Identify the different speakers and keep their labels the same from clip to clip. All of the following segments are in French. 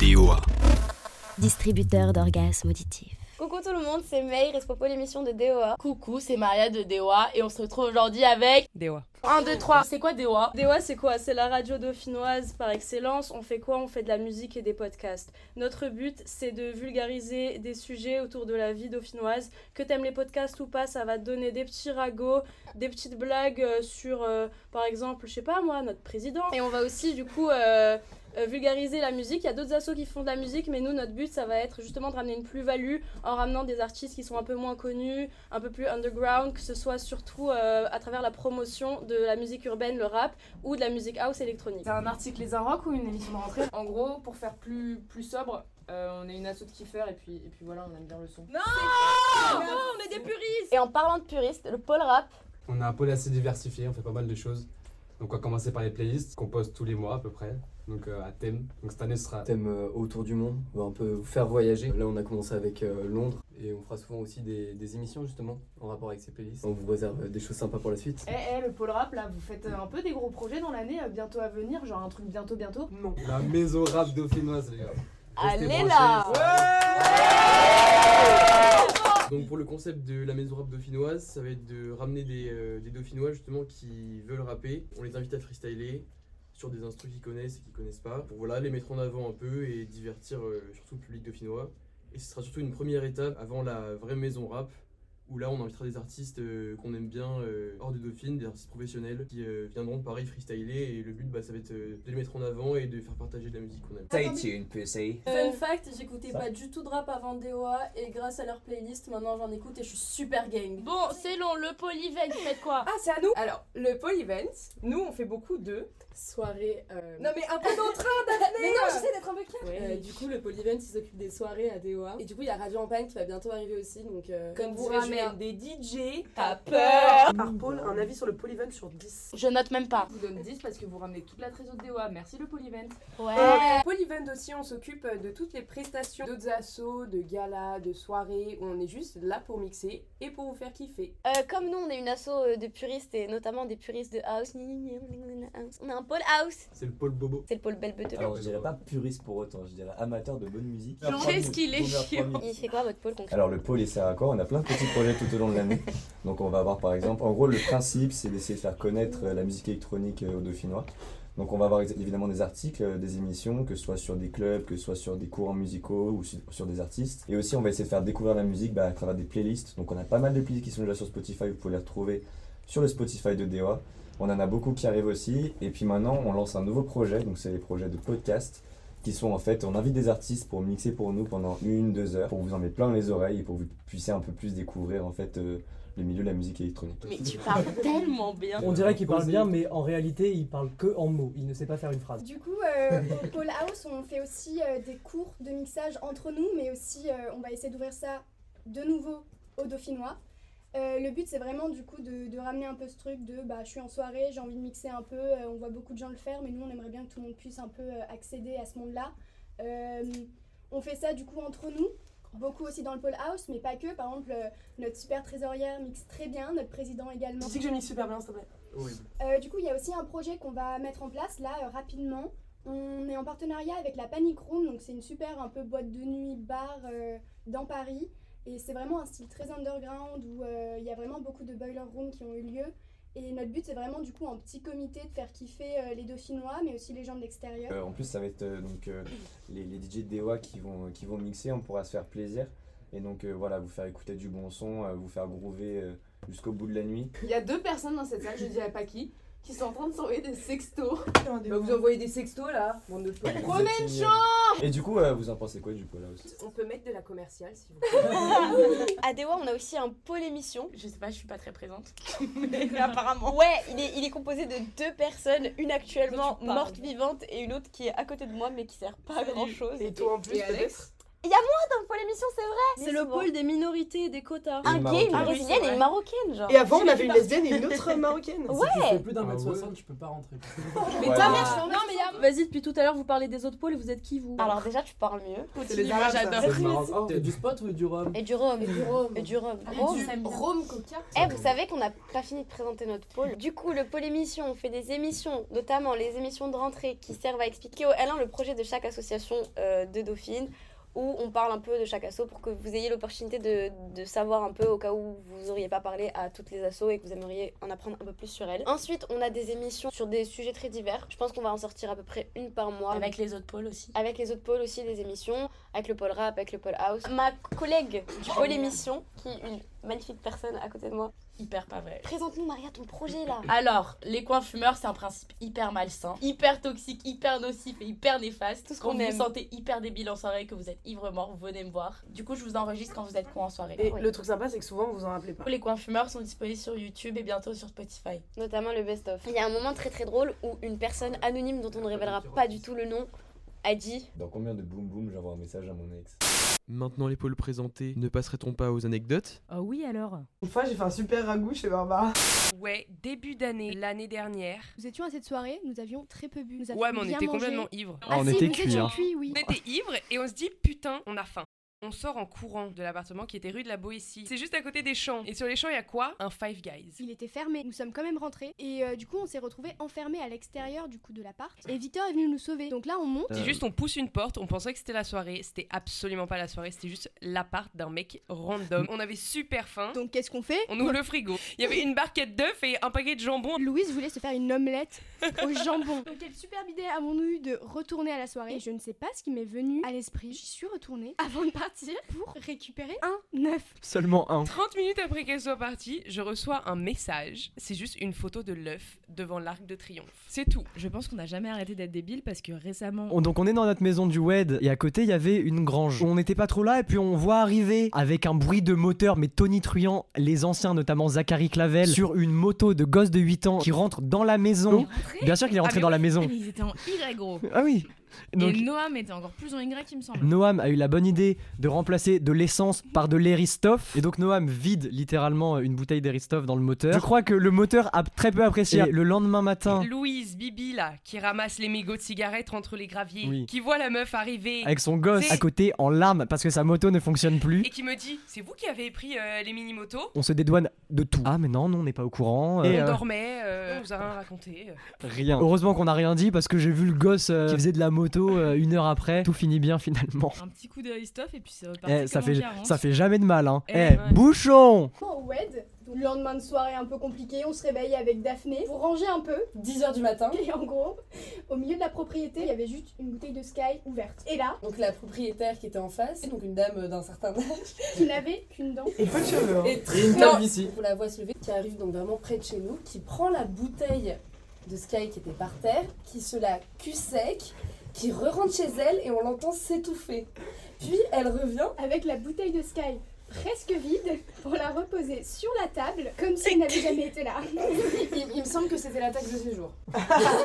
Speaker 1: DOA.
Speaker 2: Distributeur d'orgasmes auditifs.
Speaker 3: Coucou tout le monde, c'est May, Respopo l'émission de DOA.
Speaker 4: Coucou, c'est Maria de DOA et on se retrouve aujourd'hui avec
Speaker 5: Dewa.
Speaker 4: 1, 2, 3. C'est quoi DOA
Speaker 3: DOA c'est quoi C'est la radio dauphinoise par excellence. On fait quoi On fait de la musique et des podcasts. Notre but c'est de vulgariser des sujets autour de la vie dauphinoise. Que t'aimes les podcasts ou pas, ça va te donner des petits ragots, des petites blagues euh, sur euh, par exemple, je sais pas moi, notre président. Et on va aussi du coup euh, euh, vulgariser la musique. Il y a d'autres assos qui font de la musique, mais nous, notre but, ça va être justement de ramener une plus-value en ramenant des artistes qui sont un peu moins connus, un peu plus underground, que ce soit surtout euh, à travers la promotion de la musique urbaine, le rap, ou de la musique house électronique.
Speaker 6: C'est un article Les Un Rock ou une émission de rentrée En gros, pour faire plus, plus sobre, euh, on est une asso de kiffeurs et puis, et puis voilà, on aime bien le son.
Speaker 3: on est des puristes
Speaker 4: Et en parlant de puriste, le pôle rap,
Speaker 7: On a un pôle assez diversifié, on fait pas mal de choses. Donc on va commencer par les playlists qu'on poste tous les mois à peu près, donc euh, à thème. Donc cette année ce sera
Speaker 8: thème euh, autour du monde, on va un peu vous faire voyager. Là, on a commencé avec euh, Londres et on fera souvent aussi des, des émissions justement en rapport avec ces playlists. On vous réserve euh, des choses sympas pour la suite.
Speaker 6: Eh, eh, le pôle rap, là, vous faites euh, un peu des gros projets dans l'année, euh, bientôt à venir, genre un truc bientôt, bientôt.
Speaker 7: non. la maison rap dauphinoise les gars. Restez
Speaker 4: allez
Speaker 7: branchés.
Speaker 4: là
Speaker 9: Donc pour le concept de la maison rap dauphinoise, ça va être de ramener des, euh, des dauphinois justement qui veulent rapper. On les invite à freestyler sur des instruments qu'ils connaissent et qu'ils connaissent pas. Pour voilà, les mettre en avant un peu et divertir euh, surtout le public dauphinois. Et ce sera surtout une première étape avant la vraie maison rap où là on invitera des artistes euh, qu'on aime bien euh, hors de Dauphine, des artistes professionnels qui euh, viendront de Paris freestyler et le but bah, ça va être euh, de les mettre en avant et de faire partager de la musique qu'on aime.
Speaker 10: Stay tuned, pussy.
Speaker 3: Fun fact, j'écoutais pas du tout de rap avant DOA et grâce à leur playlist, maintenant j'en écoute et je suis super gang.
Speaker 4: Bon, c'est long, le pôle event, vous faites quoi
Speaker 5: Ah, c'est à nous Alors, le polyvent, nous, on fait beaucoup de...
Speaker 11: soirées. euh,
Speaker 5: Non, mais un peu d'entrain, Daphné
Speaker 11: Mais non, j'essaie
Speaker 5: d'être un peu calme
Speaker 11: euh, du coup, le Polyvent, il s'occupe des soirées à DOA. Et du coup, il y a Radio en Panne qui va bientôt arriver aussi. Donc, euh,
Speaker 5: Comme vous
Speaker 11: dirait
Speaker 5: ramène
Speaker 11: Julien,
Speaker 5: des DJ,
Speaker 4: T'as peur
Speaker 12: Par pôle, un avis sur le polyvent sur 10.
Speaker 4: Je note même pas.
Speaker 6: Je vous donne 10 parce que vous ramenez toute la trésor de DOA. Merci le polyvent.
Speaker 4: Ouais.
Speaker 11: Euh, Polyvent aussi, on s'occupe de toutes les prestations d'autres assos, de galas, de soirées, où on est juste là pour mixer et pour vous faire kiffer.
Speaker 3: Euh, comme nous, on est une asso euh, de puristes et notamment des puristes de house. On a un pôle house.
Speaker 7: C'est le pôle bobo.
Speaker 3: C'est le pôle belle Beuteleur.
Speaker 10: Alors, je dirais pas puriste pour autant, je dirais amateur de bonne musique.
Speaker 4: Genre, qu'est-ce qu'il est
Speaker 10: Première
Speaker 4: chiant.
Speaker 10: promis.
Speaker 3: Il fait quoi votre pôle concret
Speaker 10: Alors, le pôle, il sert à quoi On a plein de petits projets tout au long de l'année. Donc, on va avoir par exemple, en gros, le principe, c'est d'essayer de faire connaître euh, la musique électronique euh, aux Dauphinois. Donc, on va avoir ex- évidemment des articles, euh, des émissions, que ce soit sur des clubs, que ce soit sur des courants musicaux ou su- sur des artistes. Et aussi, on va essayer de faire découvrir la musique bah, à travers des playlists. Donc, on a pas mal de playlists qui sont déjà sur Spotify, vous pouvez les retrouver sur le Spotify de DOA. On en a beaucoup qui arrivent aussi. Et puis maintenant, on lance un nouveau projet, donc c'est les projets de podcast qui sont en fait, on invite des artistes pour mixer pour nous pendant une, deux heures, pour vous en mettre plein les oreilles et pour que vous puissiez un peu plus découvrir en fait euh, le milieu de la musique électronique.
Speaker 4: Mais tu parles tellement bien.
Speaker 13: On dirait qu'il parle bien, mais en réalité, il parle que en mots. Il ne sait pas faire une phrase.
Speaker 14: Du coup, euh, au Paul House, on fait aussi euh, des cours de mixage entre nous, mais aussi euh, on va essayer d'ouvrir ça de nouveau aux Dauphinois. Euh, le but, c'est vraiment du coup de, de ramener un peu ce truc de bah, je suis en soirée, j'ai envie de mixer un peu, euh, on voit beaucoup de gens le faire, mais nous, on aimerait bien que tout le monde puisse un peu euh, accéder à ce monde-là. Euh, on fait ça du coup entre nous, beaucoup aussi dans le Paul House, mais pas que. Par exemple, euh, notre super trésorière mixe très bien, notre président également.
Speaker 12: Tu sais que je mixe super bien, s'il te plaît.
Speaker 9: Horrible.
Speaker 14: Euh, du coup, il y a aussi un projet qu'on va mettre en place là euh, rapidement. On est en partenariat avec la Panic Room, donc c'est une super un peu boîte de nuit, bar euh, dans Paris. Et c'est vraiment un style très underground où euh, il y a vraiment beaucoup de boiler rooms qui ont eu lieu. Et notre but, c'est vraiment du coup en petit comité de faire kiffer euh, les Dauphinois, mais aussi les gens de l'extérieur.
Speaker 10: Euh, en plus, ça va être euh, donc euh, les, les DJ de DOA qui vont, euh, qui vont mixer, on pourra se faire plaisir. Et donc euh, voilà, vous faire écouter du bon son, euh, vous faire groover euh, jusqu'au bout de la nuit.
Speaker 6: Il y a deux personnes dans cette salle, je dirais pas qui, qui sont en train de s'envoyer des sextos. Bah, vous envoyez des sextos là, bande de
Speaker 10: Vous êtes
Speaker 6: Prenez une
Speaker 10: ignorés. Et du coup, euh, vous en pensez quoi du coup là aussi
Speaker 11: On peut mettre de la commerciale si vous voulez.
Speaker 3: À DOA, on a aussi un pôle émission.
Speaker 4: Je sais pas, je suis pas très présente. Mais apparemment.
Speaker 3: Ouais, il est, il est composé de deux personnes, une actuellement
Speaker 4: Dont tu parles.
Speaker 3: morte vivante et une autre qui est à côté de moi mais qui sert pas à grand chose.
Speaker 12: Et toi en plus,
Speaker 11: Et Alex
Speaker 12: peut-être
Speaker 3: Il y a moi dans le pôle émission, c'est vrai
Speaker 15: C'est le pôle des minorités et des quotas.
Speaker 3: Un gay,
Speaker 11: Ah,
Speaker 3: une brésilienne et une marocaine, genre.
Speaker 6: Et avant, on avait une lesbienne et une autre marocaine.
Speaker 3: Ouais.
Speaker 6: Si tu fais
Speaker 15: plus
Speaker 9: Ah
Speaker 6: d'un mètre
Speaker 15: soixante,
Speaker 6: tu peux pas rentrer.
Speaker 15: Mais ta mère, je suis en- Non, mais y a- vas-y, depuis tout à l'heure, vous parlez des autres pôles et vous êtes qui, vous
Speaker 3: Alors déjà, tu parles mieux.
Speaker 15: Continue, moi, j'adore.
Speaker 16: Ah, C'est du spot ou du rhum
Speaker 3: Et du rhum. Et du rhum. Et du rhum.
Speaker 14: Et
Speaker 3: Rhum.
Speaker 14: du rhum coca.
Speaker 3: Eh, vous savez qu'on n'a pas fini de présenter notre pôle. Du coup, le pôle émission, on fait des émissions, notamment les émissions de rentrée qui servent à expliquer au L1 le projet de chaque association euh, de Dauphine, où on parle un peu de chaque asso pour que vous ayez l'opportunité de, de savoir un peu au cas où vous n'auriez pas parlé à toutes les assos et que vous aimeriez en apprendre un peu plus sur elles. Ensuite, on a des émissions sur des sujets très divers. Je pense qu'on va en sortir à peu près une par mois.
Speaker 17: Avec les autres pôles aussi.
Speaker 3: Avec les autres pôles aussi des émissions, avec le pôle rap, avec le pôle house. Ma collègue du pôle émission, qui est une magnifique personne à côté de moi.
Speaker 17: Hyper pas vrai.
Speaker 3: Présente-nous Maria ton projet là.
Speaker 17: Alors, les coins fumeurs, c'est un principe hyper malsain, hyper toxique, hyper nocif et hyper néfaste.
Speaker 3: ce
Speaker 17: quand
Speaker 3: qu'on
Speaker 17: vous
Speaker 3: aime.
Speaker 17: vous sentez hyper débile en soirée, que vous êtes ivre mort, venez me voir. Du coup, je vous enregistre quand vous êtes con en soirée.
Speaker 6: Et le truc sympa, c'est que souvent, vous en rappelez pas.
Speaker 17: Les coins fumeurs sont disponibles sur YouTube et bientôt sur Spotify.
Speaker 3: Notamment le best-of. Il y a un moment très très drôle où une personne anonyme dont on ne révélera pas du tout le nom a dit
Speaker 10: Dans combien de boum boum j'envoie un message à mon ex
Speaker 9: Maintenant l'épaule présentée, ne passerait-on pas aux anecdotes
Speaker 18: Ah oui alors
Speaker 6: Une fois, j'ai fait un super ragoût chez Barbara.
Speaker 19: Ouais, début d'année, l'année dernière.
Speaker 14: Nous étions à cette soirée, nous avions très peu bu. Nous avions
Speaker 19: Ouais, mais on
Speaker 14: bien
Speaker 19: était
Speaker 14: mangé.
Speaker 19: complètement ivres.
Speaker 14: Ah, si, nous étions cuits, oui.
Speaker 19: On était ivres et on se dit putain, on a faim. On sort en courant de l'appartement qui était rue de la Boétie. C'est juste à côté des champs. Et sur les champs, il y a quoi Un Five Guys.
Speaker 14: Il était fermé, nous sommes quand même rentrés et euh, du coup on s'est retrouvés enfermés à l'extérieur du coup de l'appart et Victor est venu nous sauver. Donc là on monte.
Speaker 20: Euh.
Speaker 19: C'est juste, on pousse une porte, on pensait que c'était la soirée. C'était absolument pas la soirée, c'était juste l'appart d'un mec random. On avait super faim.
Speaker 14: Donc qu'est-ce qu'on fait
Speaker 19: On ouvre le frigo. Il y avait une barquette d'œufs et un paquet de jambon.
Speaker 14: Louise voulait se faire une omelette au jambon. Donc quelle superbe idée avons-nous eu de retourner à la soirée Et je ne sais pas ce qui m'est venu à l'esprit. J'y suis retournée avant de partir pour récupérer un œuf.
Speaker 20: Seulement un.
Speaker 19: 30 minutes après qu'elle soit partie, je reçois un message. C'est juste une photo de l'œuf devant l'Arc de Triomphe. C'est tout.
Speaker 18: Je pense qu'on n'a jamais arrêté d'être débile parce que récemment.
Speaker 20: On- donc on est dans notre maison du WED et à côté il y avait une grange. On n'était pas trop là et puis on voit arriver avec un bruit de moteur mais tonitruant les anciens notamment Zachary Clavel sur une moto de gosse de 8 ans qui rentre dans la maison. Bien sûr qu'il est
Speaker 18: Ah,
Speaker 20: rentré
Speaker 18: mais
Speaker 20: dans la
Speaker 18: oui.
Speaker 20: maison.
Speaker 18: Ah, Mais ils étaient en Y gros.
Speaker 20: Ah oui. Donc
Speaker 18: Et Noam était encore plus en Y, il me semble.
Speaker 20: Noam a eu la bonne idée de remplacer de l'essence par de l'Eristoff et donc Noam vide littéralement une bouteille d'Eristoff dans le moteur. Je crois que le moteur a très peu apprécié. Et le lendemain matin,
Speaker 19: Louise, Bibi là, qui ramasse les mégots de cigarettes entre les graviers,
Speaker 20: Oui.
Speaker 19: qui voit la meuf arriver
Speaker 20: avec son gosse
Speaker 19: C'est-
Speaker 20: à côté en larmes parce que sa moto ne fonctionne plus.
Speaker 19: et qui me dit C'est vous qui avez pris euh, les mini-motos
Speaker 20: On se dédouane de tout. Ah mais non, non, on n'est pas au courant.
Speaker 19: On
Speaker 20: Et, euh,
Speaker 19: dormait, euh, on vous a rien euh, raconté.
Speaker 20: rien. Heureusement qu'on n'a rien dit parce que j'ai vu le gosse euh, qui faisait de la moto euh, une heure après. Tout finit bien finalement.
Speaker 18: Un petit coup d'Aristoff et puis c'est reparti.
Speaker 20: Eh, ça
Speaker 18: comme en
Speaker 20: fait,
Speaker 18: 40.
Speaker 20: ça fait jamais de mal, hein. Eh,
Speaker 18: Eh, ouais.
Speaker 20: bouchon
Speaker 14: Au WED, donc le lendemain de soirée un peu compliqué, on se réveille avec Daphné pour ranger un peu, 10h du matin. Et en gros, au milieu de la propriété, il y avait juste une bouteille de Sky ouverte. Et là,
Speaker 6: Donc la propriétaire qui était en face, donc une dame euh, d'un certain âge.
Speaker 14: qui n'avait qu'une dent.
Speaker 6: Et peu de cheveux.
Speaker 14: Et
Speaker 6: très
Speaker 14: une
Speaker 6: calvitie. On la voit se lever, qui arrive donc vraiment près de chez nous, qui prend la bouteille de Sky qui était par terre, qui se la cul sec, qui re-rentre chez elle et on l'entend s'étouffer. Puis elle revient
Speaker 14: avec la bouteille de Sky presque vide pour la reposer sur la table comme si elle n'avait jamais été là.
Speaker 21: il, il me semble que c'était l'attaque de séjour.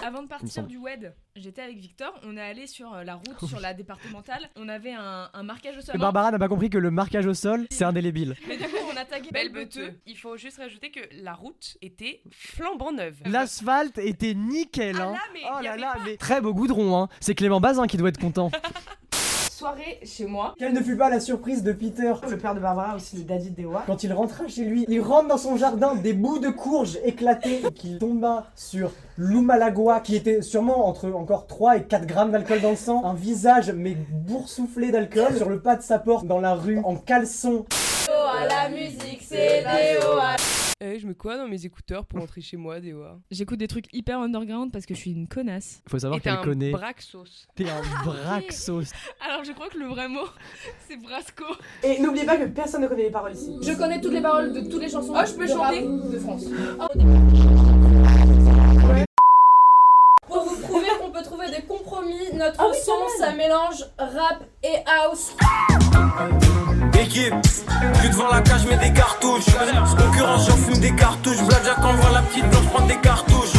Speaker 18: Avant de partir
Speaker 21: semble.
Speaker 18: du WED, j'étais avec Victor, on est allé sur euh, la route, sur la départementale, on avait un, un marquage au sol.
Speaker 20: Et Barbara n'a pas compris que le marquage au sol, c'est indélébile.
Speaker 18: Mais du coup, on a tagué
Speaker 19: Belle beuteux. Il faut juste rajouter que la route était flambant neuve.
Speaker 20: L'asphalte était
Speaker 18: Ah,
Speaker 20: nickel, hein.
Speaker 19: mais
Speaker 20: oh là là, mais... Très beau goudron, hein. C'est Clément Bazin qui doit être content.
Speaker 6: soirée chez moi.
Speaker 16: Quelle ne fut pas la surprise de Peter,
Speaker 6: Le père de Barbara, aussi le daddy de Dewa.
Speaker 16: quand il rentra chez lui Il rentre dans son jardin des bouts de courge éclatés et qu'il tomba sur l'Umalagua qui était sûrement entre encore 3 et 4 grammes d'alcool dans le sang, un visage mais boursouflé d'alcool sur le pas de sa porte dans la rue en caleçon.
Speaker 17: à la musique, c'est
Speaker 19: Eh, je mets quoi dans mes écouteurs pour rentrer chez moi, Déoa
Speaker 18: J'écoute des trucs hyper underground parce que je suis une connasse.
Speaker 20: Faut savoir
Speaker 19: Et t'es
Speaker 20: qu'elle
Speaker 19: un
Speaker 20: connaît.
Speaker 19: Braxos.
Speaker 20: T'es un braxos.
Speaker 18: Alors je crois que le vrai mot, c'est Brasco.
Speaker 6: Et n'oubliez pas que personne ne connaît les paroles ici.
Speaker 22: Je connais toutes les paroles de toutes les chansons. Oh, je peux
Speaker 6: de rap
Speaker 22: chanter Ah. De France.
Speaker 15: Pour vous prouver qu'on peut trouver des
Speaker 22: Ah
Speaker 15: compromis, notre son, ça mélange rap et house.
Speaker 9: Équipe, je suis devant la cage, mets des cartouches. Concurrence, j'en fume des cartouches. Blackjack envoie la petite blanche, prends des cartouches.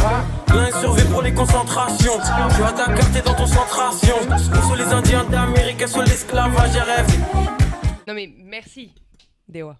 Speaker 9: L'un est survé pour les concentrations. Tu vas t'incarter dans ton centration. On sont les Indiens d'Amérique, elles sont l'esclavage, et rêve.
Speaker 19: Non mais merci, Dewa.